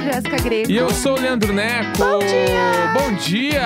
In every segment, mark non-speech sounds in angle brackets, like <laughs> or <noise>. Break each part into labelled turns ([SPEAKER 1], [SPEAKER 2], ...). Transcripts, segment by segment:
[SPEAKER 1] Jéssica Greco.
[SPEAKER 2] E eu sou o Leandro Neco.
[SPEAKER 1] Bom dia!
[SPEAKER 2] Bom
[SPEAKER 1] <laughs>
[SPEAKER 2] dia!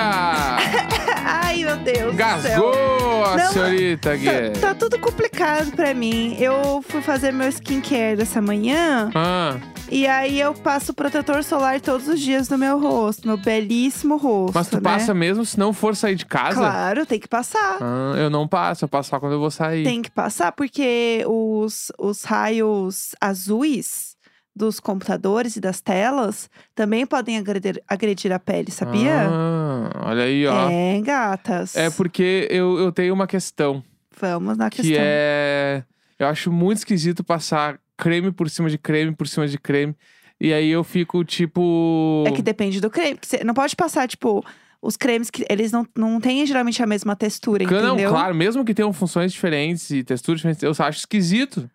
[SPEAKER 1] Ai, meu Deus. do céu.
[SPEAKER 2] Gasgou a
[SPEAKER 1] Não,
[SPEAKER 2] senhorita aqui.
[SPEAKER 1] Tá, tá tudo complicado pra mim. Eu fui fazer meu skincare essa manhã
[SPEAKER 2] Ah,
[SPEAKER 1] e aí eu passo protetor solar todos os dias no meu rosto, meu belíssimo rosto.
[SPEAKER 2] mas tu
[SPEAKER 1] né?
[SPEAKER 2] passa mesmo se não for sair de casa?
[SPEAKER 1] Claro, tem que passar.
[SPEAKER 2] Ah, eu não passo, eu passo só quando eu vou sair.
[SPEAKER 1] Tem que passar, porque os, os raios azuis dos computadores e das telas também podem agredir, agredir a pele, sabia?
[SPEAKER 2] Ah, olha aí, ó.
[SPEAKER 1] é, gatas.
[SPEAKER 2] É porque eu, eu tenho uma questão,
[SPEAKER 1] Vamos na
[SPEAKER 2] que
[SPEAKER 1] questão.
[SPEAKER 2] é. Eu acho muito esquisito passar creme por cima de creme, por cima de creme. E aí eu fico tipo.
[SPEAKER 1] É que depende do creme. porque Você não pode passar, tipo, os cremes que eles não, não têm geralmente a mesma textura,
[SPEAKER 2] Porque, Não,
[SPEAKER 1] entendeu?
[SPEAKER 2] claro, mesmo que tenham funções diferentes e texturas diferentes, eu só acho esquisito.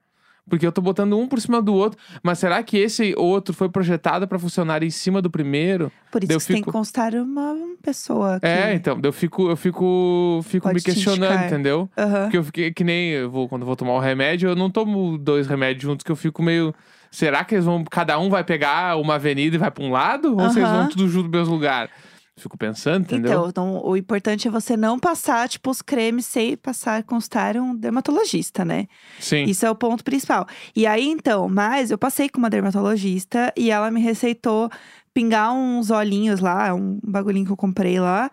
[SPEAKER 2] Porque eu tô botando um por cima do outro. Mas será que esse outro foi projetado pra funcionar em cima do primeiro?
[SPEAKER 1] Por isso
[SPEAKER 2] Daí eu
[SPEAKER 1] que você tem que
[SPEAKER 2] fico-
[SPEAKER 1] constar uma pessoa que...
[SPEAKER 2] É, então, daí eu fico, eu fico, fico
[SPEAKER 1] Pode
[SPEAKER 2] me
[SPEAKER 1] te
[SPEAKER 2] questionando,
[SPEAKER 1] indicar. é.
[SPEAKER 2] entendeu?
[SPEAKER 1] Aham.
[SPEAKER 2] Porque eu fiquei que nem eu vou, quando eu vou tomar o remédio, eu não tomo dois remédios juntos, que eu fico meio. Será que eles vão. Cada um vai pegar uma avenida e vai pra um lado? Ou vocês
[SPEAKER 1] Aham.
[SPEAKER 2] vão tudo junto pro mesmo lugar? Fico pensando, entendeu?
[SPEAKER 1] Então, então, o importante é você não passar, tipo, os cremes sem passar, constar um dermatologista, né?
[SPEAKER 2] Sim.
[SPEAKER 1] Isso é o ponto principal. E aí, então, mas eu passei com uma dermatologista e ela me receitou pingar uns olhinhos lá, um bagulhinho que eu comprei lá,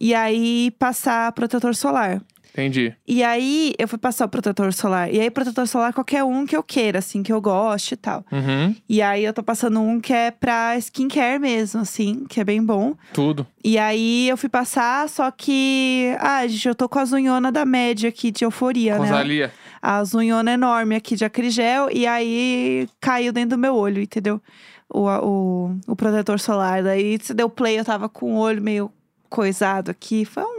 [SPEAKER 1] e aí passar protetor solar.
[SPEAKER 2] Entendi.
[SPEAKER 1] E aí, eu fui passar o protetor solar. E aí, protetor solar, qualquer um que eu queira, assim, que eu goste e tal.
[SPEAKER 2] Uhum.
[SPEAKER 1] E aí, eu tô passando um que é pra skincare mesmo, assim, que é bem bom.
[SPEAKER 2] Tudo.
[SPEAKER 1] E aí eu fui passar, só que. Ah, gente, eu tô com a zunhona da média aqui de euforia, né?
[SPEAKER 2] Rosalia.
[SPEAKER 1] A zunhona enorme aqui de acrigel. E aí caiu dentro do meu olho, entendeu? O, a- o, o protetor solar. Daí se deu play, eu tava com o olho meio coisado aqui. Foi um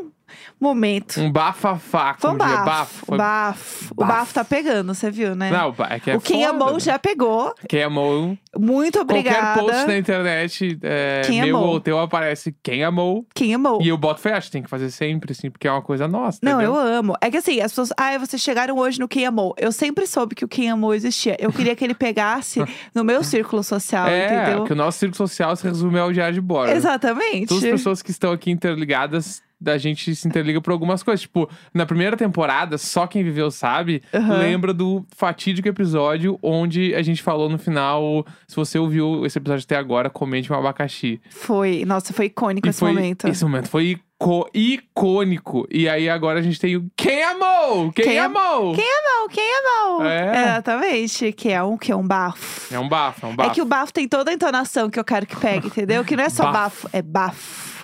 [SPEAKER 1] momento.
[SPEAKER 2] Um bafafá,
[SPEAKER 1] Foi
[SPEAKER 2] como
[SPEAKER 1] um
[SPEAKER 2] diria. Bafo.
[SPEAKER 1] bafo.
[SPEAKER 2] Foi-
[SPEAKER 1] bafo. O
[SPEAKER 2] Bafo.
[SPEAKER 1] bafo tá pegando, você viu, né?
[SPEAKER 2] Não, ba- é que é
[SPEAKER 1] o quem é
[SPEAKER 2] foda,
[SPEAKER 1] bom
[SPEAKER 2] né?
[SPEAKER 1] já pegou.
[SPEAKER 2] Quem amou.
[SPEAKER 1] Muito
[SPEAKER 2] Qualquer
[SPEAKER 1] obrigada.
[SPEAKER 2] post né? na internet, é,
[SPEAKER 1] Quem
[SPEAKER 2] meu
[SPEAKER 1] amou.
[SPEAKER 2] ou teu, aparece quem amou.
[SPEAKER 1] Quem amou.
[SPEAKER 2] E eu boto fé, acho que tem que fazer sempre, assim, porque é uma coisa nossa.
[SPEAKER 1] Não,
[SPEAKER 2] entendeu?
[SPEAKER 1] eu amo. É que assim, as pessoas. Ah, vocês chegaram hoje no Quem Amou. Eu sempre soube que o Quem Amou existia. Eu queria que
[SPEAKER 2] <laughs>
[SPEAKER 1] ele pegasse no meu círculo social,
[SPEAKER 2] É,
[SPEAKER 1] entendeu?
[SPEAKER 2] que o nosso círculo social se resume ao diário de bordo.
[SPEAKER 1] Exatamente.
[SPEAKER 2] Todas as pessoas que estão aqui interligadas, a gente se interliga por algumas coisas. Tipo, na primeira temporada, só quem viveu sabe,
[SPEAKER 1] Aham.
[SPEAKER 2] lembra do fatídico episódio onde a gente falou no final: se você ouviu esse episódio até agora, comente um abacaxi.
[SPEAKER 1] Foi. Nossa, foi icônico
[SPEAKER 2] E
[SPEAKER 1] esse
[SPEAKER 2] foi-
[SPEAKER 1] momento.
[SPEAKER 2] Esse momento foi ico- icônico. E aí agora a gente tem o Quem Amou? Quem,
[SPEAKER 1] Quem am-
[SPEAKER 2] Amou?
[SPEAKER 1] Quem amou? Quem amou?
[SPEAKER 2] É.
[SPEAKER 1] Exatamente. Que é um que é um bafo.
[SPEAKER 2] É um bafo, é um
[SPEAKER 1] É
[SPEAKER 2] bafo.
[SPEAKER 1] que o bafo tem toda a entonação que eu quero que pegue, entendeu? Que não é só bafo, é bafo.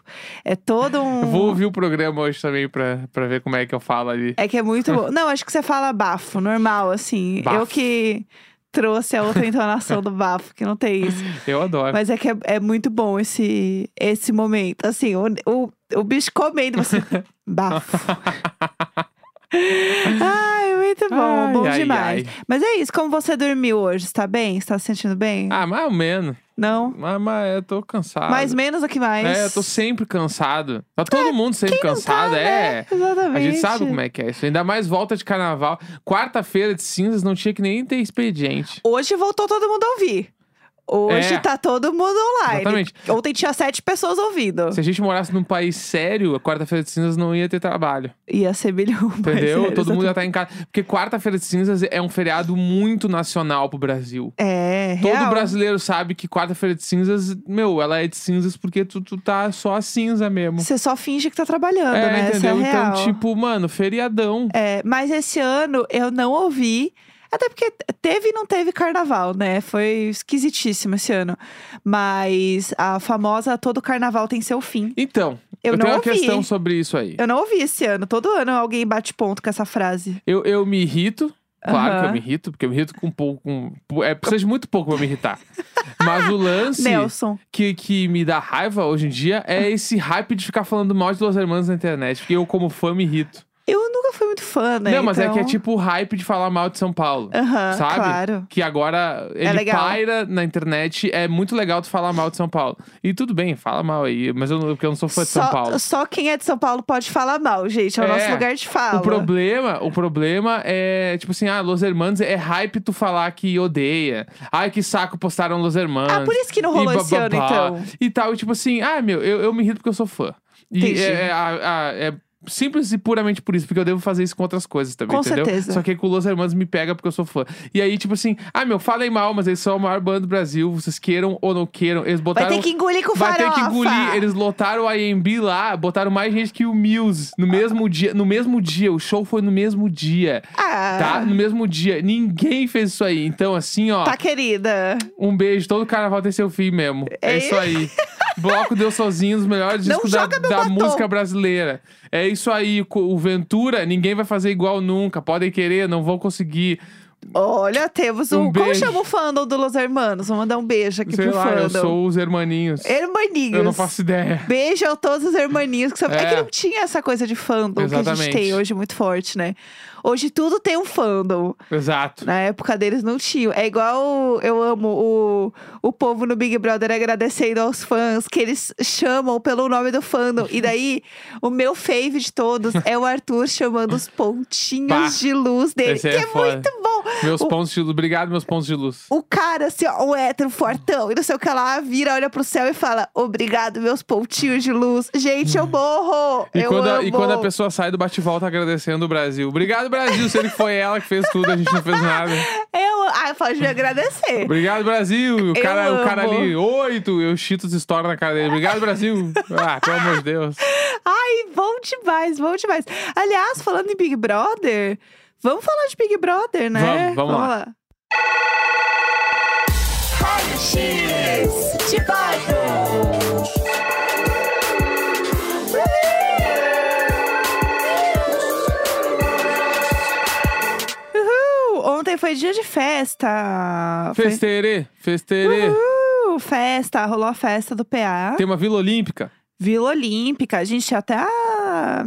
[SPEAKER 1] É todo um.
[SPEAKER 2] Eu vou ouvir o programa hoje também pra, pra ver como é que eu falo ali.
[SPEAKER 1] É que
[SPEAKER 2] <laughs>
[SPEAKER 1] é muito bom. Não, acho que você fala bafo, normal, assim.
[SPEAKER 2] Bafo.
[SPEAKER 1] Eu que trouxe a outra entonação do bafo, que não tem
[SPEAKER 2] <laughs>
[SPEAKER 1] isso.
[SPEAKER 2] Eu adoro.
[SPEAKER 1] Mas é que é, é muito bom esse, esse momento. Assim, o, o, o bicho
[SPEAKER 2] <laughs>
[SPEAKER 1] comendo, você. bafo. Ai, muito bom,
[SPEAKER 2] Ai,
[SPEAKER 1] bom
[SPEAKER 2] ai,
[SPEAKER 1] demais.
[SPEAKER 2] ai.
[SPEAKER 1] Mas é isso, como você dormiu hoje? Está bem? Está se sentindo bem?
[SPEAKER 2] Ah, mais ou menos.
[SPEAKER 1] não?
[SPEAKER 2] Mas, mas eu tô cansado.
[SPEAKER 1] Mais menos do que mais.
[SPEAKER 2] É, eu tô sempre cansado.
[SPEAKER 1] É,
[SPEAKER 2] Tá todo mundo sempre cansado, <laughs> é.
[SPEAKER 1] né? Exatamente.
[SPEAKER 2] A gente sabe como é que é isso. Ainda mais volta de carnaval. Quarta-feira de cinzas não tinha que nem ter expediente.
[SPEAKER 1] Hoje voltou todo mundo a ouvir. Hoje
[SPEAKER 2] É.
[SPEAKER 1] tá todo mundo online.
[SPEAKER 2] Exatamente.
[SPEAKER 1] Ontem tinha sete pessoas ouvindo.
[SPEAKER 2] Se a gente morasse num país sério, a quarta-feira de cinzas não ia ter trabalho.
[SPEAKER 1] Ia ser bilhão. mas
[SPEAKER 2] Entendeu?
[SPEAKER 1] era
[SPEAKER 2] Todo mundo
[SPEAKER 1] é, exatamente-
[SPEAKER 2] ia estar em casa. Porque quarta-feira de cinzas é um feriado muito nacional pro Brasil.
[SPEAKER 1] É,
[SPEAKER 2] Todo
[SPEAKER 1] real.
[SPEAKER 2] brasileiro sabe que quarta-feira de cinzas, meu, ela é de cinzas porque tu, tu tá só a cinza mesmo.
[SPEAKER 1] Você só finge que tá trabalhando,
[SPEAKER 2] é,
[SPEAKER 1] né? Essa é a
[SPEAKER 2] entendeu?
[SPEAKER 1] real.
[SPEAKER 2] então, tipo, mano, feriadão.
[SPEAKER 1] É, mas esse ano eu não ouvi. Até porque teve e não teve carnaval, né? Foi esquisitíssimo esse ano. Mas a famosa Todo Carnaval tem seu fim.
[SPEAKER 2] Então,
[SPEAKER 1] Eu,
[SPEAKER 2] tenho
[SPEAKER 1] não
[SPEAKER 2] uma
[SPEAKER 1] ouvi.
[SPEAKER 2] questão sobre isso aí.
[SPEAKER 1] Eu não ouvi esse ano. Todo ano alguém bate ponto com essa frase.
[SPEAKER 2] Eu, eu me irrito. Claro que eu
[SPEAKER 1] Aham.
[SPEAKER 2] me irrito, porque eu me irrito com um pouco. Com, é, precisa de muito pouco pra me irritar. Mas o lance
[SPEAKER 1] Nelson.
[SPEAKER 2] que, que me dá raiva hoje em dia é esse hype de ficar falando mal de Los Hermanos na internet. Porque eu, como fã, me irrito.
[SPEAKER 1] Eu nunca fui muito fã, né?
[SPEAKER 2] Não, mas é que é
[SPEAKER 1] Então-
[SPEAKER 2] tipo o hype de falar mal de São Paulo.
[SPEAKER 1] Aham,
[SPEAKER 2] sabe?
[SPEAKER 1] claro.
[SPEAKER 2] Que agora ele
[SPEAKER 1] É legal.
[SPEAKER 2] paira na internet. É muito legal tu falar mal de São Paulo. E tudo bem, fala mal aí. Mas eu, não- porque eu não sou fã de São
[SPEAKER 1] só,
[SPEAKER 2] Paulo.
[SPEAKER 1] só quem é de São Paulo pode falar mal, gente. É o
[SPEAKER 2] É.
[SPEAKER 1] nosso lugar de fala.
[SPEAKER 2] O problema, o problema é, tipo assim, ah, Los Hermanos é hype tu falar que odeia. Ai, que saco postaram Los Hermanos.
[SPEAKER 1] Ah, por isso que não
[SPEAKER 2] E
[SPEAKER 1] rolou esse ano,
[SPEAKER 2] bababá.
[SPEAKER 1] então.
[SPEAKER 2] E tal, e tipo assim, ah, meu, eu, eu me irrito porque eu sou fã. E
[SPEAKER 1] Entendi.
[SPEAKER 2] é, é, a- a- é simples e puramente por isso, porque eu devo fazer isso com outras coisas também,
[SPEAKER 1] Com
[SPEAKER 2] entendeu?
[SPEAKER 1] certeza.
[SPEAKER 2] Só que com Los Hermanos me pega porque eu sou fã. E aí, tipo assim, ah, meu, falem mal, mas eles são a maior banda do Brasil, vocês queiram ou não queiram, eles
[SPEAKER 1] Vai
[SPEAKER 2] botaram...
[SPEAKER 1] ter que engolir com
[SPEAKER 2] Vai
[SPEAKER 1] farofa.
[SPEAKER 2] ter que engolir. Eles lotaram o IMB lá, botaram mais gente que o Muse no mesmo dia. No mesmo dia, o show foi no mesmo dia.
[SPEAKER 1] Ah,
[SPEAKER 2] Tá? No mesmo dia. Ninguém fez isso aí. Então, assim, ó,
[SPEAKER 1] tá, querida.
[SPEAKER 2] um beijo. Todo carnaval tem seu fim mesmo. É,
[SPEAKER 1] É
[SPEAKER 2] isso aí. <laughs> Bloco Deus Sozinho, os melhores
[SPEAKER 1] Não
[SPEAKER 2] discos da,
[SPEAKER 1] joga meu
[SPEAKER 2] da
[SPEAKER 1] batom.
[SPEAKER 2] música brasileira. É isso aí. co- O Ventura, ninguém vai fazer igual nunca. Podem querer, não vão conseguir.
[SPEAKER 1] Olha, temos um.
[SPEAKER 2] Um
[SPEAKER 1] Como
[SPEAKER 2] beijo.
[SPEAKER 1] chama o fandom do Los Hermanos? Vou mandar um beijo aqui
[SPEAKER 2] Sei
[SPEAKER 1] pro
[SPEAKER 2] lá,
[SPEAKER 1] fandom.
[SPEAKER 2] eu sou os hermaninhos.
[SPEAKER 1] É Hermaninhos.
[SPEAKER 2] Eu não faço ideia.
[SPEAKER 1] Beijo a todos os hermaninhos. Que são- é.
[SPEAKER 2] É.
[SPEAKER 1] que não tinha essa coisa de fandom que a gente
[SPEAKER 2] Exatamente.
[SPEAKER 1] tem hoje muito forte, né? Hoje tudo tem um fandom. <laughs>
[SPEAKER 2] Exato.
[SPEAKER 1] Na época deles não tinha. É igual o- eu amo o, o povo no Big Brother agradecendo aos fãs, que eles chamam pelo nome do fandom. E daí, o meu fave de todos é o Arthur chamando os pontinhos
[SPEAKER 2] Pá,
[SPEAKER 1] de luz dele, que
[SPEAKER 2] esse
[SPEAKER 1] é,
[SPEAKER 2] é foda.
[SPEAKER 1] muito bom.
[SPEAKER 2] Meus
[SPEAKER 1] O-
[SPEAKER 2] pontos de luz. Obrigado, meus pontos de luz.
[SPEAKER 1] O cara, assim, ó, um hétero fortão, e não sei o que lá, vira, olha pro céu e fala: Obrigado, meus pontinhos de luz. Gente, eu morro!
[SPEAKER 2] Hum. E
[SPEAKER 1] eu
[SPEAKER 2] quando, a,
[SPEAKER 1] amo.
[SPEAKER 2] e quando a pessoa sai do bate-volta agradecendo o Brasil. Obrigado, Brasil, sendo que foi ela que fez tudo, a gente não fez nada.
[SPEAKER 1] Eu, ah, eu falo de me agradecer.
[SPEAKER 2] Obrigado, Brasil. E O
[SPEAKER 1] Eu
[SPEAKER 2] cara, o cara
[SPEAKER 1] amo.
[SPEAKER 2] ali, oito, eu chito os stories na cara dele. Obrigado, Brasil. Ah, pelo amor de Deus.
[SPEAKER 1] Ai, bom demais, bom demais. Aliás, falando em Big Brother, vamos falar de Big Brother, né?
[SPEAKER 2] Vamos, vamos lá.
[SPEAKER 1] Raio-X de Uhul! Ontem foi dia de festa. Foi-
[SPEAKER 2] Festerê, festerê.
[SPEAKER 1] Uhul! Festa, rolou a festa do PA.
[SPEAKER 2] Tem uma Vila Olímpica.
[SPEAKER 1] Vila Olímpica, a gente tinha até a.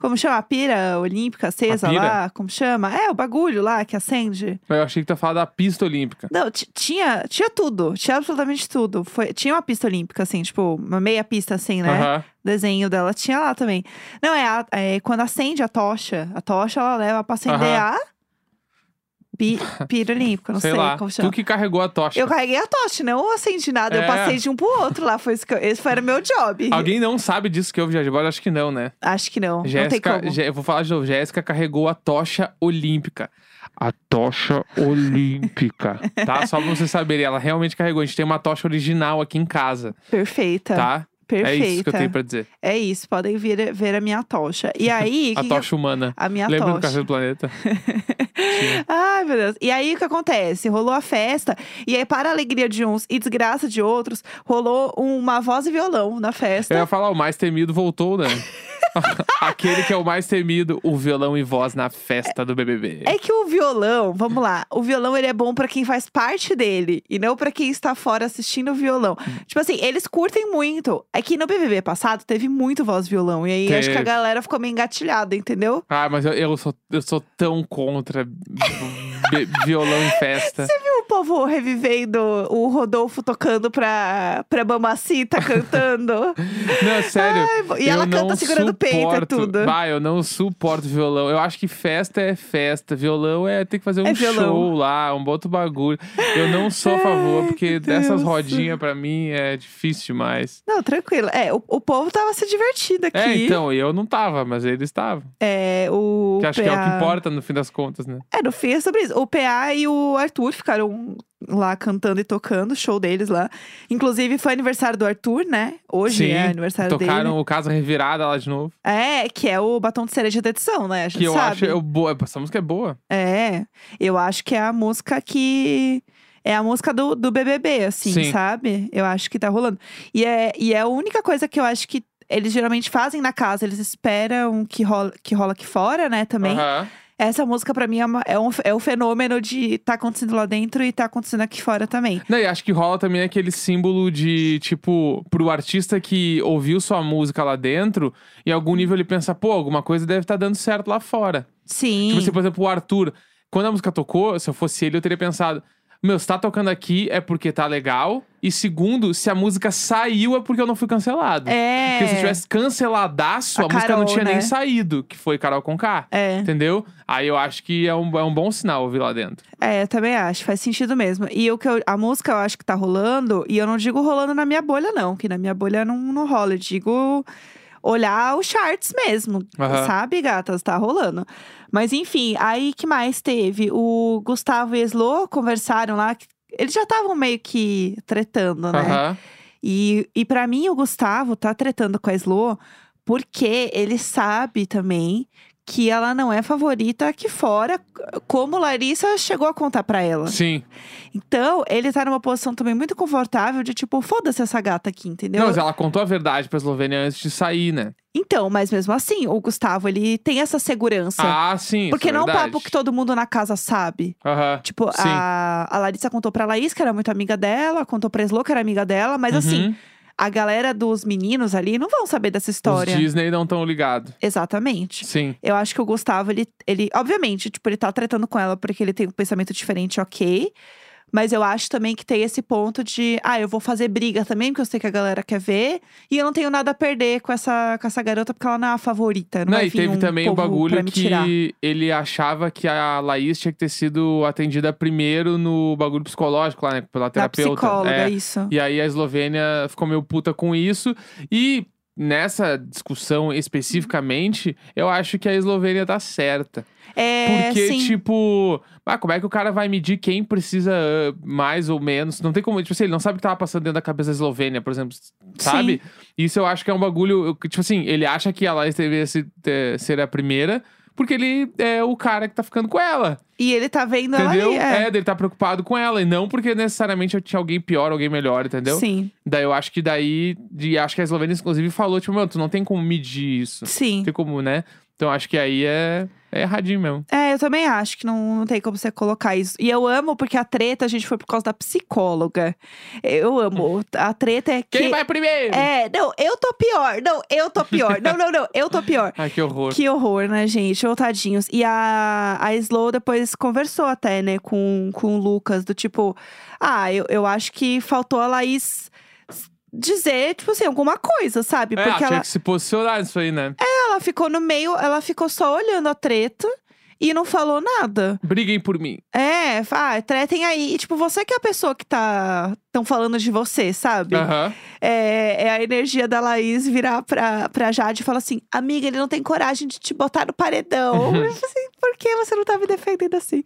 [SPEAKER 1] Como chama? A pira olímpica acesa
[SPEAKER 2] A pira?
[SPEAKER 1] lá? Como chama? É, o bagulho lá que acende.
[SPEAKER 2] Mas Eu achei que tu ia falar da pista olímpica.
[SPEAKER 1] Não, ti- tinha, tinha tudo, tinha absolutamente tudo. Foi, tinha uma pista olímpica, assim, tipo, uma meia pista assim, né?
[SPEAKER 2] Aham.
[SPEAKER 1] Desenho dela tinha lá também. Não, é, a- é quando acende a tocha, a tocha ela leva pra acender
[SPEAKER 2] Aham.
[SPEAKER 1] a. Pi, pira olímpica, não sei,
[SPEAKER 2] sei, lá.
[SPEAKER 1] como chama.
[SPEAKER 2] Tu que carregou a tocha.
[SPEAKER 1] Eu carreguei a tocha, não acendi nada, eu
[SPEAKER 2] É.
[SPEAKER 1] passei de um pro outro lá. Foi isso que eu- esse foi era o meu job.
[SPEAKER 2] Alguém não sabe disso que eu já de bola? Acho que não, né?
[SPEAKER 1] Acho que não. não tem
[SPEAKER 2] Jéssica,
[SPEAKER 1] como.
[SPEAKER 2] Jé- eu vou falar de novo. Jéssica carregou a tocha olímpica. A tocha olímpica. <laughs> tá? Só pra vocês saberem, ela realmente carregou. A gente tem uma tocha original aqui em casa,
[SPEAKER 1] Perfeita.
[SPEAKER 2] tá?
[SPEAKER 1] Perfeita.
[SPEAKER 2] É isso que eu tenho pra dizer.
[SPEAKER 1] É isso, podem vir, ver a minha tocha. E aí.
[SPEAKER 2] <laughs> a
[SPEAKER 1] que que eu-
[SPEAKER 2] tocha humana.
[SPEAKER 1] a minha
[SPEAKER 2] Lembra do Café
[SPEAKER 1] tocha.
[SPEAKER 2] do
[SPEAKER 1] <laughs>
[SPEAKER 2] Planeta?
[SPEAKER 1] Ai, meu Deus. E aí o que acontece? Rolou a festa, e aí, para a alegria de uns e desgraça de outros, rolou uma voz e violão na festa.
[SPEAKER 2] Eu ia falar, o mais temido voltou, né? <laughs> Aquele que é o mais temido, o violão e voz na festa do BBB.
[SPEAKER 1] É que o violão, vamos lá, o violão ele é bom pra quem faz parte dele e não pra quem está fora assistindo o violão.
[SPEAKER 2] Hum.
[SPEAKER 1] Tipo assim, eles curtem muito. É que no BBB passado teve muito voz e violão e aí acho que a
[SPEAKER 2] Teve.
[SPEAKER 1] galera ficou meio engatilhada, entendeu?
[SPEAKER 2] Ah, mas eu, eu sou, eu sou tão contra <laughs> bi- violão em festa.
[SPEAKER 1] o povo revivendo o Rodolfo tocando pra,
[SPEAKER 2] <laughs>
[SPEAKER 1] pra Mamacita cantando.
[SPEAKER 2] Não, é sério.
[SPEAKER 1] Ai, e ela
[SPEAKER 2] eu
[SPEAKER 1] canta
[SPEAKER 2] não
[SPEAKER 1] segurando o peito, é
[SPEAKER 2] suporto.
[SPEAKER 1] tudo.
[SPEAKER 2] Bah, eu não suporto violão. Eu acho que festa é festa. Violão é ter que fazer um
[SPEAKER 1] É violão.
[SPEAKER 2] show lá, um outro bagulho. Eu não sou
[SPEAKER 1] <laughs>
[SPEAKER 2] a favor, porque
[SPEAKER 1] Deus.
[SPEAKER 2] dessas rodinhas, pra mim, é difícil demais.
[SPEAKER 1] Não, tranquilo. É, o, o povo tava se divertindo aqui.
[SPEAKER 2] É, então, eu não tava, mas eles estavam.
[SPEAKER 1] É, o.
[SPEAKER 2] Que acho que é o que
[SPEAKER 1] PA
[SPEAKER 2] importa no fim das contas, né?
[SPEAKER 1] É, no fim é sobre isso. O PA e o Arthur ficaram lá cantando e tocando, show deles lá. Inclusive, foi aniversário do Arthur, né? Hoje
[SPEAKER 2] Sim,
[SPEAKER 1] é aniversário
[SPEAKER 2] Tocaram
[SPEAKER 1] dele.
[SPEAKER 2] o Casa Revirada lá de novo.
[SPEAKER 1] É, que é o batom de cereja da edição, né? A gente
[SPEAKER 2] Que eu
[SPEAKER 1] sabe.
[SPEAKER 2] acho. Eu, boa, essa música é boa.
[SPEAKER 1] É, eu acho que é a música que. É a música do, do BBB, assim,
[SPEAKER 2] Sim.
[SPEAKER 1] sabe? Eu acho que tá rolando. E é, e é a única coisa que eu acho que eles geralmente fazem na casa, eles esperam que rola, que rola aqui fora, né, também.
[SPEAKER 2] Aham.
[SPEAKER 1] Essa música, pra mim, é, uma- é um, é um fenômeno de tá acontecendo lá dentro e tá acontecendo aqui fora também.
[SPEAKER 2] Não, e acho que rola também aquele símbolo de, tipo, pro artista que ouviu sua música lá dentro, em algum nível ele pensa, pô, alguma coisa deve estar dando tá certo lá fora.
[SPEAKER 1] Sim.
[SPEAKER 2] Tipo assim, por exemplo, o Arthur. Quando a música tocou, se eu fosse ele, eu teria pensado. Meu, se tá tocando aqui é porque tá legal. E segundo, se a música saiu é porque eu não fui cancelado.
[SPEAKER 1] é.
[SPEAKER 2] Porque se tivesse canceladaço, a,
[SPEAKER 1] A
[SPEAKER 2] música não
[SPEAKER 1] Carol,
[SPEAKER 2] tinha nem
[SPEAKER 1] né?
[SPEAKER 2] saído, que foi Carol Conká.
[SPEAKER 1] É.
[SPEAKER 2] Entendeu? Aí eu acho que é um, é um bom sinal ouvir lá dentro.
[SPEAKER 1] É, eu também acho, faz sentido mesmo. E o que eu- a música eu acho que tá rolando, e eu não digo rolando na minha bolha, não, que na minha bolha não, não rola. Eu digo olhar os charts mesmo,
[SPEAKER 2] Aham.
[SPEAKER 1] sabe, gatas? Tá rolando. Mas enfim, aí que mais teve? O Gustavo e Slow conversaram lá, que- eles já estavam meio que tretando, né?
[SPEAKER 2] Aham.
[SPEAKER 1] E, e para mim, o Gustavo tá tretando com a Slo porque ele sabe também que ela não é favorita aqui fora, como Larissa chegou a contar pra ela.
[SPEAKER 2] Sim.
[SPEAKER 1] Então, ele tá numa posição também muito confortável de tipo, foda-se essa gata aqui, entendeu?
[SPEAKER 2] Não, mas ela contou a verdade pra Eslovênia antes de sair, né?
[SPEAKER 1] Então, mas mesmo assim, o Gustavo, ele tem essa segurança.
[SPEAKER 2] Ah, sim.
[SPEAKER 1] porque
[SPEAKER 2] isso é
[SPEAKER 1] não é um
[SPEAKER 2] verdade.
[SPEAKER 1] papo que todo mundo na casa sabe.
[SPEAKER 2] Aham.
[SPEAKER 1] Tipo,
[SPEAKER 2] Sim.
[SPEAKER 1] a, a Larissa contou pra Laís, que era muito amiga dela, contou pra Slo, que era amiga dela, mas assim,
[SPEAKER 2] Uhum.
[SPEAKER 1] a galera dos meninos ali não vão saber dessa história.
[SPEAKER 2] Os Disney não tão ligado.
[SPEAKER 1] Exatamente.
[SPEAKER 2] Sim.
[SPEAKER 1] Eu acho que o Gustavo, ele, ele. Obviamente, tipo, ele tá tratando com ela porque ele tem um pensamento diferente, ok. Mas eu acho também que tem esse ponto de, ah, eu vou fazer briga também, porque eu sei que a galera quer ver. E eu não tenho nada a perder com essa, com essa garota, porque ela não é a favorita. Não,
[SPEAKER 2] Não,
[SPEAKER 1] vai
[SPEAKER 2] e
[SPEAKER 1] vir
[SPEAKER 2] teve
[SPEAKER 1] um
[SPEAKER 2] também o
[SPEAKER 1] povo pra
[SPEAKER 2] bagulho
[SPEAKER 1] me tirar.
[SPEAKER 2] que ele achava que a Laís tinha que ter sido atendida primeiro no bagulho psicológico lá, né? Pela
[SPEAKER 1] Da
[SPEAKER 2] terapeuta.
[SPEAKER 1] psicóloga,
[SPEAKER 2] É.
[SPEAKER 1] isso.
[SPEAKER 2] E aí a Eslovênia ficou meio puta com isso. E nessa discussão especificamente, eu acho que a Eslovênia tá certa.
[SPEAKER 1] É,
[SPEAKER 2] Porque,
[SPEAKER 1] sim.
[SPEAKER 2] tipo, ah, como é que o cara vai medir quem precisa ah, mais ou menos? Não tem como. Tipo assim, ele não sabe o que tava passando dentro da cabeça da Eslovênia, por exemplo. Sabe? Isso eu acho que é um bagulho. eu- Tipo assim, ele acha que a Laís deveria se- eh, ser a primeira. Porque ele é o cara que tá ficando com ela.
[SPEAKER 1] E ele tá vendo
[SPEAKER 2] entendeu?
[SPEAKER 1] ela ali. É.
[SPEAKER 2] ele tá preocupado com ela. E não porque necessariamente eu tinha alguém pior, alguém melhor, entendeu?
[SPEAKER 1] Sim,
[SPEAKER 2] Daí eu acho que daí. E acho que a Eslovênia, inclusive, falou, tipo, mano, tu não tem como medir isso.
[SPEAKER 1] sim.
[SPEAKER 2] Não tem como, né? Então acho que aí é, é erradinho mesmo.
[SPEAKER 1] É, eu também acho que não, não tem como você colocar isso. E eu amo porque a treta, a gente foi por causa da psicóloga. Eu amo. A treta é que.
[SPEAKER 2] Quem vai primeiro?
[SPEAKER 1] É, não, eu tô pior. Não, eu tô pior. não, não, não, eu tô pior.
[SPEAKER 2] Ai, que horror.
[SPEAKER 1] Que horror, né, gente? Ô, tadinhos. E a, a Slow depois conversou até, né, com, com o Lucas, do tipo, ah, eu, eu acho que faltou a Laís dizer, tipo assim, alguma coisa, sabe?
[SPEAKER 2] É,
[SPEAKER 1] Porque
[SPEAKER 2] tinha
[SPEAKER 1] ela,
[SPEAKER 2] que se posicionar nisso aí, né?
[SPEAKER 1] ela ficou no meio, ela ficou só olhando a treta e não falou nada.
[SPEAKER 2] Briguem por mim.
[SPEAKER 1] É, ah, tretem aí. E, tipo, você que é a pessoa que tá. tão falando de você, sabe?
[SPEAKER 2] Aham.
[SPEAKER 1] É, é a energia da Laís virar pra, pra Jade e falar assim: amiga, ele não tem coragem de te botar no
[SPEAKER 2] Uhum.
[SPEAKER 1] paredão. Eu falei assim, Por que você não tá me defendendo assim?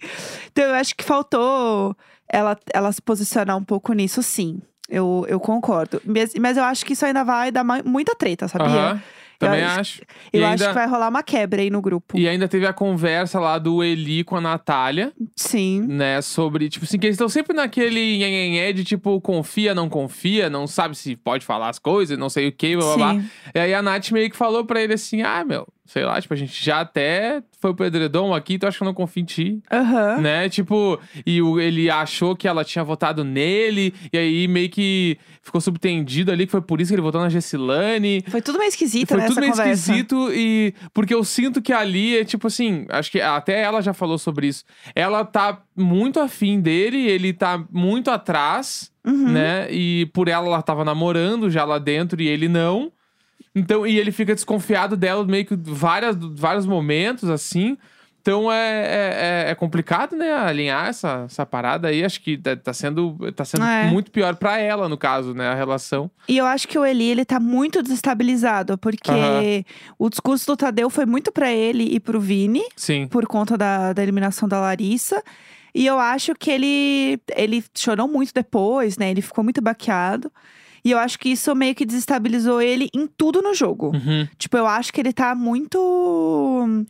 [SPEAKER 1] Então, eu acho que faltou ela, ela se posicionar um pouco nisso, sim. Eu, eu concordo. Mas, mas eu acho que isso ainda vai dar ma- muita treta, sabia?
[SPEAKER 2] Aham. Também
[SPEAKER 1] Eu acho-
[SPEAKER 2] acho.
[SPEAKER 1] Eu
[SPEAKER 2] e,
[SPEAKER 1] acho
[SPEAKER 2] ainda,
[SPEAKER 1] que vai rolar uma quebra aí no grupo.
[SPEAKER 2] e ainda teve a conversa lá do Eli com a Natália,
[SPEAKER 1] Sim.
[SPEAKER 2] né? Sobre, tipo assim, que eles estão sempre naquele nhenhenhé de tipo, confia, não confia, não sabe se pode falar as coisas, não sei o que, blá blá blá.
[SPEAKER 1] Sim.
[SPEAKER 2] E aí a Nath meio que falou pra ele assim: ah, meu, sei lá, tipo, a gente já até foi pro edredom aqui, tu acha que eu não confio em ti?
[SPEAKER 1] Aham.
[SPEAKER 2] Né? Tipo, e o- ele achou que ela tinha votado nele, e aí meio que ficou subtendido ali, que foi por isso que ele votou na Gessilane.
[SPEAKER 1] Foi tudo meio
[SPEAKER 2] E
[SPEAKER 1] esquisito
[SPEAKER 2] foi
[SPEAKER 1] nessa
[SPEAKER 2] tudo meio
[SPEAKER 1] conversa.
[SPEAKER 2] esquisito e porque eu sinto que ali é tipo assim, acho que até ela já falou sobre isso. Ela tá muito afim dele, ele tá muito atrás,
[SPEAKER 1] Uhum.
[SPEAKER 2] né? E por ela ela tava namorando já lá dentro e ele não. Então, e ele fica desconfiado dela meio que várias, vários momentos assim. Então é, é- é- é complicado, né, alinhar essa, essa parada aí. Acho que tá, tá sendo, tá sendo
[SPEAKER 1] É.
[SPEAKER 2] muito pior pra ela, no caso, né, a relação.
[SPEAKER 1] E eu acho que o Eli, ele tá muito desestabilizado, porque
[SPEAKER 2] Aham.
[SPEAKER 1] o discurso do Tadeu foi muito pra ele e pro Vini,
[SPEAKER 2] Sim.
[SPEAKER 1] por conta da, da eliminação da Larissa. E eu acho que ele, ele chorou muito depois, né? Ele ficou muito baqueado. E eu acho que isso meio que desestabilizou ele em tudo no jogo.
[SPEAKER 2] Uhum.
[SPEAKER 1] Tipo, eu acho que ele tá muito.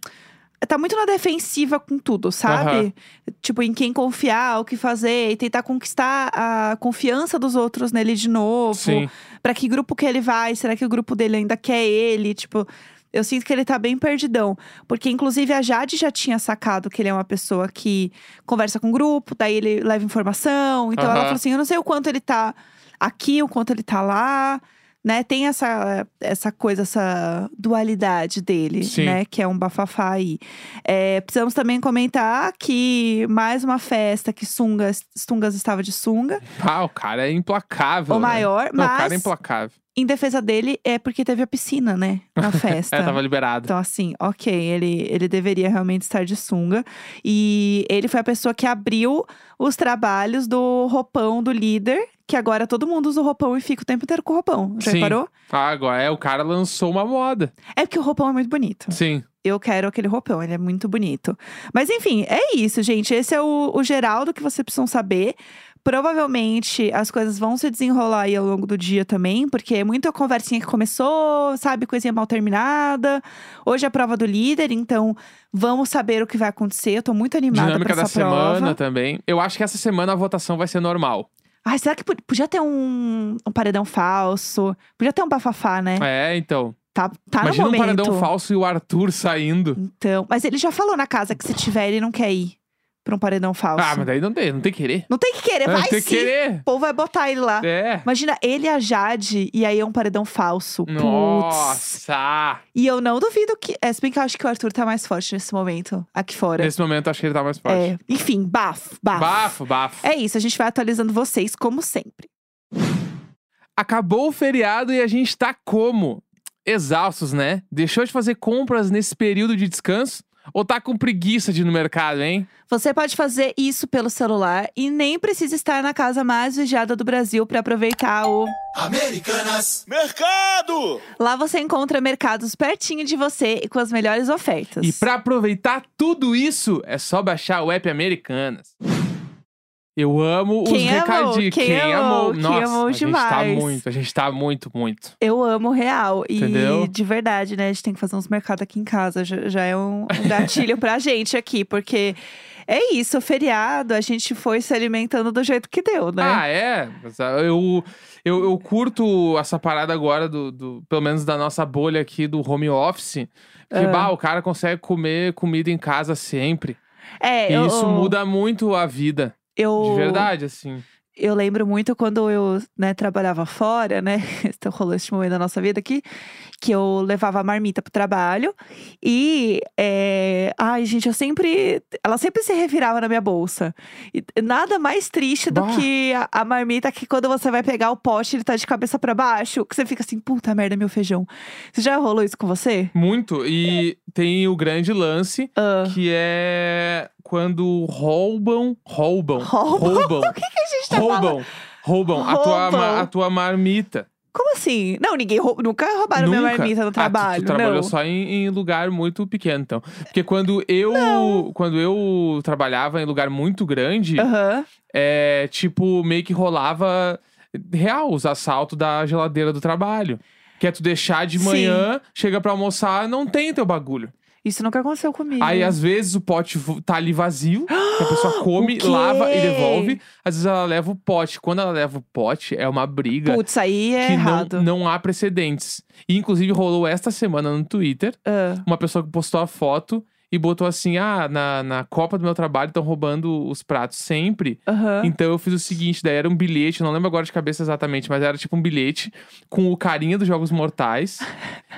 [SPEAKER 1] Tá muito na defensiva com tudo, sabe? Tipo, em quem confiar, o que fazer, e tentar conquistar a confiança dos outros nele de novo.
[SPEAKER 2] Sim.
[SPEAKER 1] Pra que grupo que ele vai? Será que o grupo dele ainda quer ele? Tipo, eu sinto que ele tá bem perdidão. Porque, inclusive, a Jade já tinha sacado que ele é uma pessoa que conversa com o grupo, daí ele leva informação. Então
[SPEAKER 2] Aham.
[SPEAKER 1] ela falou assim: eu não sei o quanto ele tá aqui, o quanto ele tá lá. né, tem essa, essa coisa, essa dualidade dele,
[SPEAKER 2] Sim.
[SPEAKER 1] né, que é um bafafá aí. É, precisamos também comentar que mais uma festa que Sungas, Stungas estava de sunga,
[SPEAKER 2] Ah, o cara é implacável.
[SPEAKER 1] o
[SPEAKER 2] né?
[SPEAKER 1] maior,
[SPEAKER 2] Não, o cara é
[SPEAKER 1] mas
[SPEAKER 2] implacável.
[SPEAKER 1] em defesa dele é porque teve a piscina, né, na festa.
[SPEAKER 2] <laughs> É, tava liberado.
[SPEAKER 1] Então, assim, ok, ele, ele deveria realmente estar de sunga. E ele foi a pessoa que abriu os trabalhos do roupão do líder, que agora todo mundo usa o roupão e fica o tempo inteiro com o roupão. Já
[SPEAKER 2] Sim.
[SPEAKER 1] reparou?
[SPEAKER 2] Ah, agora é, o cara lançou uma moda.
[SPEAKER 1] É porque o roupão é muito bonito.
[SPEAKER 2] Sim.
[SPEAKER 1] Eu quero aquele roupão, ele é muito bonito. Mas enfim, é isso, gente. Esse é o, o geral do que vocês precisam saber. Provavelmente as coisas vão se desenrolar aí ao longo do dia também, porque é muita conversinha que começou, sabe? Coisinha mal terminada. Hoje é a prova do líder, então vamos saber o que vai acontecer. Eu tô muito animada
[SPEAKER 2] Dinâmica
[SPEAKER 1] pra
[SPEAKER 2] da
[SPEAKER 1] essa
[SPEAKER 2] semana
[SPEAKER 1] prova.
[SPEAKER 2] também. Eu acho que essa semana a votação vai ser normal.
[SPEAKER 1] Ai, será que pod- podia ter um, um paredão falso? Podia ter um bafafá, né?
[SPEAKER 2] É, então.
[SPEAKER 1] Tá, tá
[SPEAKER 2] Imagina
[SPEAKER 1] no
[SPEAKER 2] um
[SPEAKER 1] momento.
[SPEAKER 2] paradão falso e o Arthur saindo.
[SPEAKER 1] Então, mas ele já falou na casa que se tiver, ele não quer ir pra um paredão falso.
[SPEAKER 2] Ah, mas daí não tem, não tem querer.
[SPEAKER 1] Não tem que querer,
[SPEAKER 2] não
[SPEAKER 1] vai
[SPEAKER 2] É, tem
[SPEAKER 1] sim. Tá.
[SPEAKER 2] querer.
[SPEAKER 1] O povo vai botar ele lá.
[SPEAKER 2] É.
[SPEAKER 1] Imagina, ele e a Jade, e aí é um paredão falso. Putz.
[SPEAKER 2] Nossa!
[SPEAKER 1] E eu não duvido que. É, se bem que eu acho que o Arthur tá mais forte nesse momento, aqui fora.
[SPEAKER 2] Nesse momento acho que ele tá mais forte.
[SPEAKER 1] É, enfim, bafo, bafo.
[SPEAKER 2] Bafo, bafo.
[SPEAKER 1] É isso, a gente vai atualizando vocês, como sempre.
[SPEAKER 2] Acabou o feriado e a gente tá como? Exaustos, né? Deixou de fazer compras nesse período de descanso? Ou tá com preguiça de ir no mercado, hein?
[SPEAKER 1] Você pode fazer isso pelo celular e nem precisa estar na casa mais vigiada do Brasil pra aproveitar o.
[SPEAKER 3] Americanas. Mercado!
[SPEAKER 1] Lá você encontra mercados pertinho de você e com as melhores ofertas.
[SPEAKER 2] E pra aproveitar tudo isso, é só baixar o app Americanas. Eu amo
[SPEAKER 1] Quem
[SPEAKER 2] os
[SPEAKER 1] amou?
[SPEAKER 2] recadinhos.
[SPEAKER 1] Quem amou? Quem
[SPEAKER 2] Nossa,
[SPEAKER 1] amou
[SPEAKER 2] a gente
[SPEAKER 1] demais.
[SPEAKER 2] tá muito, a gente tá muito, muito.
[SPEAKER 1] Eu amo real. E
[SPEAKER 2] Entendeu?
[SPEAKER 1] de verdade, né? A gente tem que fazer uns mercados aqui em casa. Já, já é um um gatilho pra <laughs> gente aqui, porque é isso, o feriado, a gente foi se alimentando do jeito que deu, né?
[SPEAKER 2] Ah, é? Mas, ah, Eu, eu, eu curto essa parada agora, do, do- pelo menos da nossa bolha aqui do home office. Que,
[SPEAKER 1] Ah.
[SPEAKER 2] bah, o cara consegue comer comida em casa sempre.
[SPEAKER 1] é,
[SPEAKER 2] E
[SPEAKER 1] eu-
[SPEAKER 2] isso muda muito a vida.
[SPEAKER 1] eu,
[SPEAKER 2] De verdade, assim.
[SPEAKER 1] Eu lembro muito quando eu né, trabalhava fora, né? <laughs> Então rolou esse momento da nossa vida aqui, que eu levava a marmita pro trabalho. E é, ai, gente, eu sempre. Ela sempre se revirava na minha bolsa. E nada mais triste do
[SPEAKER 2] Bah.
[SPEAKER 1] que a, a marmita que quando você vai pegar o pote, ele tá de cabeça pra baixo. Que você fica assim, puta merda, meu feijão. Você já rolou isso com você?
[SPEAKER 2] Muito. E tem o grande lance,
[SPEAKER 1] Ah.
[SPEAKER 2] que é quando roubam. Roubam.
[SPEAKER 1] Roubam?
[SPEAKER 2] Roubam.
[SPEAKER 1] <laughs> O que, que a gente tá falando?
[SPEAKER 2] roubam. Roubam a tua, ma-
[SPEAKER 1] Roubam.
[SPEAKER 2] a tua marmita.
[SPEAKER 1] Como assim? Não, ninguém roubou. Nunca roubaram minha
[SPEAKER 2] Nunca.
[SPEAKER 1] marmita
[SPEAKER 2] Ah,
[SPEAKER 1] no
[SPEAKER 2] tu-
[SPEAKER 1] trabalho.
[SPEAKER 2] tu, trabalhou
[SPEAKER 1] não.
[SPEAKER 2] só em, em lugar muito pequeno, então. Porque quando eu, quando eu trabalhava em lugar muito grande,
[SPEAKER 1] Aham.
[SPEAKER 2] é tipo, meio que rolava real os assaltos da geladeira do trabalho. Que é tu deixar de
[SPEAKER 1] Sim.
[SPEAKER 2] manhã, chega pra almoçar, não tem teu bagulho.
[SPEAKER 1] Isso nunca aconteceu comigo.
[SPEAKER 2] Aí, às vezes, o pote vo- tá ali vazio, que a
[SPEAKER 1] <gasps>
[SPEAKER 2] pessoa come,
[SPEAKER 1] quê?
[SPEAKER 2] lava e devolve. Às vezes ela leva o pote. Quando ela leva o pote, é uma briga
[SPEAKER 1] Putz, aí é
[SPEAKER 2] que não,
[SPEAKER 1] errado.
[SPEAKER 2] não há precedentes. E, inclusive, rolou esta semana no Twitter
[SPEAKER 1] Ah,
[SPEAKER 2] uma pessoa que postou a foto e botou assim: ah, na, na Copa do meu trabalho estão roubando os pratos sempre.
[SPEAKER 1] Aham.
[SPEAKER 2] Então eu fiz o seguinte, daí era um bilhete, eu não lembro agora de cabeça exatamente, mas era tipo um bilhete com o carinha dos Jogos Mortais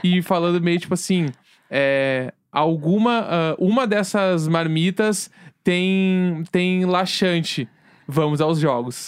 [SPEAKER 2] e falando meio tipo assim, é, alguma, ah, uma dessas marmitas tem, tem laxante, vamos aos jogos.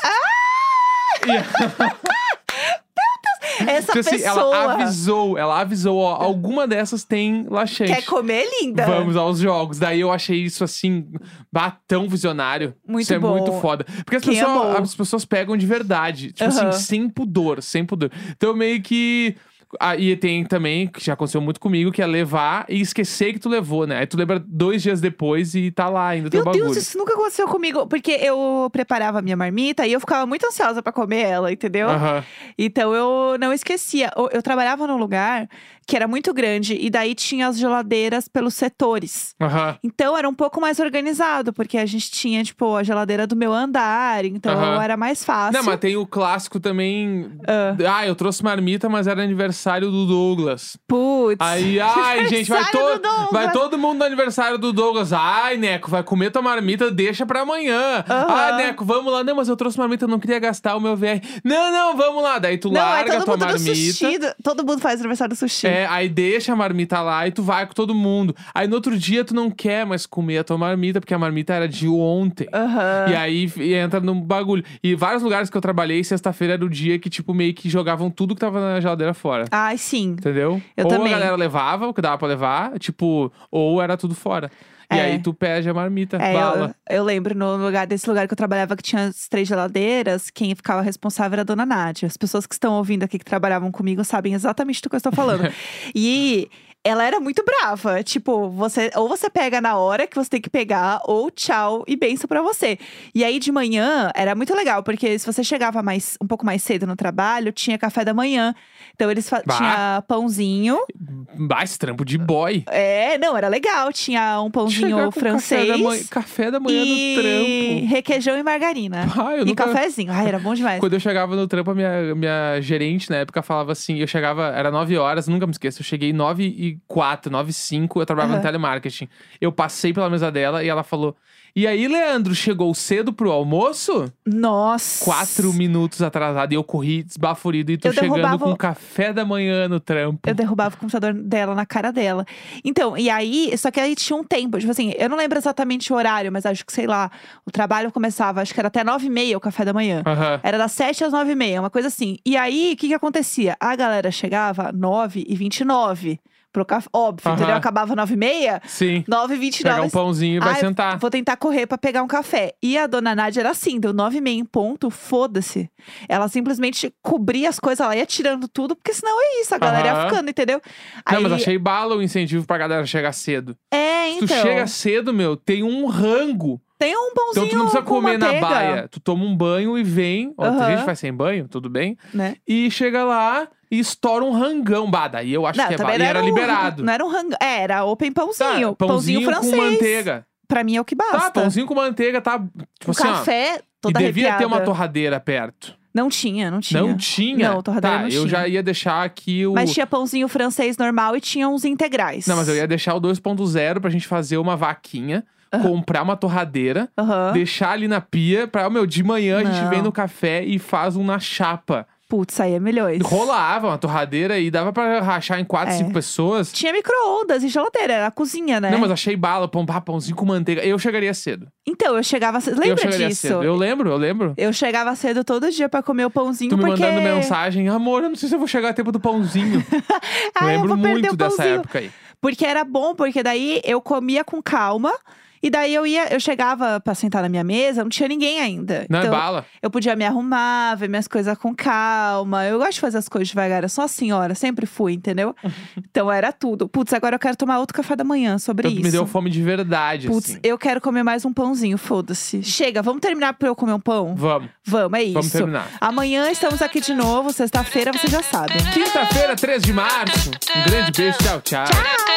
[SPEAKER 1] Essa
[SPEAKER 2] Tipo assim, ela
[SPEAKER 1] pessoa
[SPEAKER 2] avisou, ela avisou, ó, alguma dessas tem laxante.
[SPEAKER 1] quer comer linda.
[SPEAKER 2] Vamos aos jogos. Daí eu achei isso assim, bah, tão visionário.
[SPEAKER 1] Muito
[SPEAKER 2] isso é
[SPEAKER 1] bom.
[SPEAKER 2] muito foda. Porque as
[SPEAKER 1] Quem
[SPEAKER 2] pessoas,
[SPEAKER 1] amou?
[SPEAKER 2] as pessoas pegam de verdade. Tipo
[SPEAKER 1] Aham.
[SPEAKER 2] assim, sem pudor, sem pudor. Então meio que. Ah, e tem também, que já aconteceu muito comigo, que é levar e esquecer que tu levou, né? Aí tu lembra dois dias depois e tá lá ainda o teu
[SPEAKER 1] Meu
[SPEAKER 2] bagulho.
[SPEAKER 1] Deus, isso nunca aconteceu comigo. Porque eu preparava a minha marmita e eu ficava muito ansiosa pra comer ela, entendeu?
[SPEAKER 2] Aham.
[SPEAKER 1] Então eu não esquecia. Eu, eu trabalhava num lugar que era muito grande e daí tinha as geladeiras pelos setores.
[SPEAKER 2] Aham.
[SPEAKER 1] Então era um pouco mais organizado, porque a gente tinha, tipo, a geladeira do meu andar, então
[SPEAKER 2] Aham.
[SPEAKER 1] era mais fácil.
[SPEAKER 2] Não, mas tem o clássico também. Ah, eu trouxe Ah, marmita, mas era aniversário do Douglas.
[SPEAKER 1] Putz. <laughs>
[SPEAKER 2] Aí, ai, gente, vai,
[SPEAKER 1] Aniversário
[SPEAKER 2] to...
[SPEAKER 1] do Douglas.
[SPEAKER 2] vai todo mundo no aniversário do Douglas. Ai, Neco, vai comer tua marmita, deixa pra amanhã.
[SPEAKER 1] Aham.
[SPEAKER 2] Ai, Neco, vamos lá. Não, mas eu trouxe marmita, eu não queria gastar o meu VR. Não, não, vamos lá. Daí tu
[SPEAKER 1] Não, é
[SPEAKER 2] larga
[SPEAKER 1] todo
[SPEAKER 2] tua
[SPEAKER 1] mundo do
[SPEAKER 2] marmita.
[SPEAKER 1] sushi. do- Todo mundo faz aniversário do sushi.
[SPEAKER 2] É, aí deixa a marmita lá e tu vai com todo mundo. Aí no outro dia tu não quer mais comer a tua marmita, porque a marmita era de ontem.
[SPEAKER 1] Aham.
[SPEAKER 2] E aí f- e entra num bagulho. E vários lugares que eu trabalhei, sexta-feira era o dia que, tipo, meio que jogavam tudo que tava na geladeira fora.
[SPEAKER 1] Ai, sim.
[SPEAKER 2] Entendeu?
[SPEAKER 1] Eu
[SPEAKER 2] ou
[SPEAKER 1] também.
[SPEAKER 2] a galera levava o que dava pra levar, tipo, ou era tudo fora. E
[SPEAKER 1] É.
[SPEAKER 2] aí tu pede a marmita,
[SPEAKER 1] É,
[SPEAKER 2] bala.
[SPEAKER 1] eu, eu lembro no lugar desse lugar que eu trabalhava que tinha as três geladeiras, quem ficava responsável era a dona Nádia. As pessoas que estão ouvindo aqui que trabalhavam comigo sabem exatamente do que eu
[SPEAKER 2] <laughs>
[SPEAKER 1] estou falando. e ela era muito brava. Tipo, você ou você pega na hora que você tem que pegar, ou tchau e benção pra você. E aí de manhã era muito legal, porque se você chegava mais um pouco mais cedo no trabalho, tinha café da manhã. Então eles fa-
[SPEAKER 2] Bah.
[SPEAKER 1] tinha pãozinho.
[SPEAKER 2] Bah, esse trampo de boy.
[SPEAKER 1] É, não, era legal. Tinha um pãozinho
[SPEAKER 2] Chegar com
[SPEAKER 1] francês
[SPEAKER 2] Café da manhã, café da manhã no
[SPEAKER 1] e
[SPEAKER 2] trampo.
[SPEAKER 1] requeijão e margarina.
[SPEAKER 2] Ah, eu
[SPEAKER 1] e
[SPEAKER 2] nunca-
[SPEAKER 1] cafezinho. Ai, era bom demais.
[SPEAKER 2] Quando eu chegava no trampo, a minha, minha gerente na época falava assim: eu chegava, era 9 horas, nunca me esqueço. Eu cheguei 9 e 4, 9 e 5, eu trabalhava
[SPEAKER 1] Aham.
[SPEAKER 2] no telemarketing. Eu passei pela mesa dela e ela falou: E aí, Leandro, chegou cedo pro almoço?
[SPEAKER 1] Nossa.
[SPEAKER 2] Quatro minutos atrasado e eu corri desbaforido e tu
[SPEAKER 1] Eu
[SPEAKER 2] chegando
[SPEAKER 1] derrubava o-
[SPEAKER 2] com café da manhã no trampo.
[SPEAKER 1] Eu derrubava o computador dela na cara dela. Então, e aí, só que aí tinha um tempo. Tipo assim, eu não lembro exatamente o horário, mas acho que, sei lá, o trabalho começava, acho que era até nove e meia o café da manhã.
[SPEAKER 2] Aham.
[SPEAKER 1] Era das 7 às 9 e meia, uma coisa assim. E aí, o que que acontecia? A galera chegava 9 e 29 pro café. Óbvio,
[SPEAKER 2] Aham.
[SPEAKER 1] entendeu? Acabava 9 e meia,
[SPEAKER 2] Sim.
[SPEAKER 1] 9
[SPEAKER 2] Pegar
[SPEAKER 1] e 29.
[SPEAKER 2] um pãozinho e vai
[SPEAKER 1] Ai,
[SPEAKER 2] sentar.
[SPEAKER 1] Vou tentar correr pra pegar um café. E a dona Nádia era assim, deu nove e meia em ponto, foda-se. Ela simplesmente cobria as coisas, ela ia tirando tudo, porque senão é isso, a galera ia
[SPEAKER 2] Aham.
[SPEAKER 1] ficando, entendeu?
[SPEAKER 2] Não, mas achei bala o incentivo pra galera chegar cedo.
[SPEAKER 1] É,
[SPEAKER 2] Se
[SPEAKER 1] então.
[SPEAKER 2] tu chega cedo, meu, tem um rango.
[SPEAKER 1] Tem um
[SPEAKER 2] Então
[SPEAKER 1] pãozinho
[SPEAKER 2] tu não precisa
[SPEAKER 1] com
[SPEAKER 2] comer na
[SPEAKER 1] manteiga,
[SPEAKER 2] baia. Tu toma um banho e vem. Ó, Tem
[SPEAKER 1] Aham.
[SPEAKER 2] gente que vai sem banho, tudo bem.
[SPEAKER 1] Né?
[SPEAKER 2] E chega lá e estoura um rangão. Bah, daí eu acho
[SPEAKER 1] não,
[SPEAKER 2] que é bala.
[SPEAKER 1] também
[SPEAKER 2] E
[SPEAKER 1] não
[SPEAKER 2] era
[SPEAKER 1] um-
[SPEAKER 2] liberado.
[SPEAKER 1] não era um rango. É, era open
[SPEAKER 2] Tá,
[SPEAKER 1] pãozinho.
[SPEAKER 2] pãozinho,
[SPEAKER 1] francês.
[SPEAKER 2] com manteiga.
[SPEAKER 1] Pra mim é o que basta.
[SPEAKER 2] Tá, pãozinho com manteiga, tá. Tipo
[SPEAKER 1] Um
[SPEAKER 2] assim, ó.
[SPEAKER 1] café, toda
[SPEAKER 2] e devia ter uma
[SPEAKER 1] arrepiada.
[SPEAKER 2] torradeira perto.
[SPEAKER 1] Não tinha, não tinha.
[SPEAKER 2] Não tinha?
[SPEAKER 1] Não, torradeira
[SPEAKER 2] tá,
[SPEAKER 1] não
[SPEAKER 2] eu
[SPEAKER 1] tinha.
[SPEAKER 2] já ia deixar aqui o.
[SPEAKER 1] Mas tinha pãozinho francês normal e tinha uns integrais.
[SPEAKER 2] Não, mas eu ia deixar o 2.0 pra gente fazer uma vaquinha, comprar uma torradeira,
[SPEAKER 1] Aham.
[SPEAKER 2] deixar ali na pia, pra, meu, de manhã a gente
[SPEAKER 1] Não.
[SPEAKER 2] vem no café e faz um na chapa.
[SPEAKER 1] Putz, aí é milhões.
[SPEAKER 2] Rolava uma torradeira e dava pra rachar em quatro,
[SPEAKER 1] É.
[SPEAKER 2] cinco pessoas.
[SPEAKER 1] Tinha micro-ondas e geladeira, era a cozinha, né?
[SPEAKER 2] Não, mas achei bala, pão, pá, pãozinho com manteiga. Eu chegaria cedo.
[SPEAKER 1] Então, eu chegava cedo.
[SPEAKER 2] eu
[SPEAKER 1] Lembra
[SPEAKER 2] chegaria
[SPEAKER 1] disso?
[SPEAKER 2] cedo. Eu lembro, eu lembro.
[SPEAKER 1] Eu chegava cedo todo dia pra comer o pãozinho,
[SPEAKER 2] Tu me
[SPEAKER 1] porque...
[SPEAKER 2] mandando mensagem, amor, eu não sei se eu vou chegar a tempo do pãozinho.
[SPEAKER 1] <laughs> Ah, eu
[SPEAKER 2] lembro
[SPEAKER 1] vou perder
[SPEAKER 2] muito
[SPEAKER 1] o
[SPEAKER 2] dessa
[SPEAKER 1] pãozinho.
[SPEAKER 2] época aí.
[SPEAKER 1] Porque era bom, porque daí eu comia com calma. E daí eu ia, eu chegava pra sentar na minha mesa, não tinha ninguém ainda.
[SPEAKER 2] Não é
[SPEAKER 1] então,
[SPEAKER 2] bala.
[SPEAKER 1] eu podia me arrumar, ver minhas coisas com calma. Eu gosto de fazer as coisas devagar, eu sou a senhora, sempre fui,
[SPEAKER 2] <laughs>
[SPEAKER 1] entendeu? então era tudo. Putz, agora eu quero tomar outro café da manhã sobre
[SPEAKER 2] Então tu
[SPEAKER 1] isso.
[SPEAKER 2] me deu fome de verdade,
[SPEAKER 1] Putz,
[SPEAKER 2] assim.
[SPEAKER 1] eu quero comer mais um pãozinho, foda-se. Chega, vamos terminar pra eu comer um pão?
[SPEAKER 2] Vamos,
[SPEAKER 1] Vamos, é isso.
[SPEAKER 2] vamos terminar.
[SPEAKER 1] Amanhã estamos aqui de novo, sexta-feira, você já sabe.
[SPEAKER 2] Quinta-feira, 3 de março. Um grande beijo, tchau, tchau.
[SPEAKER 1] Tchau!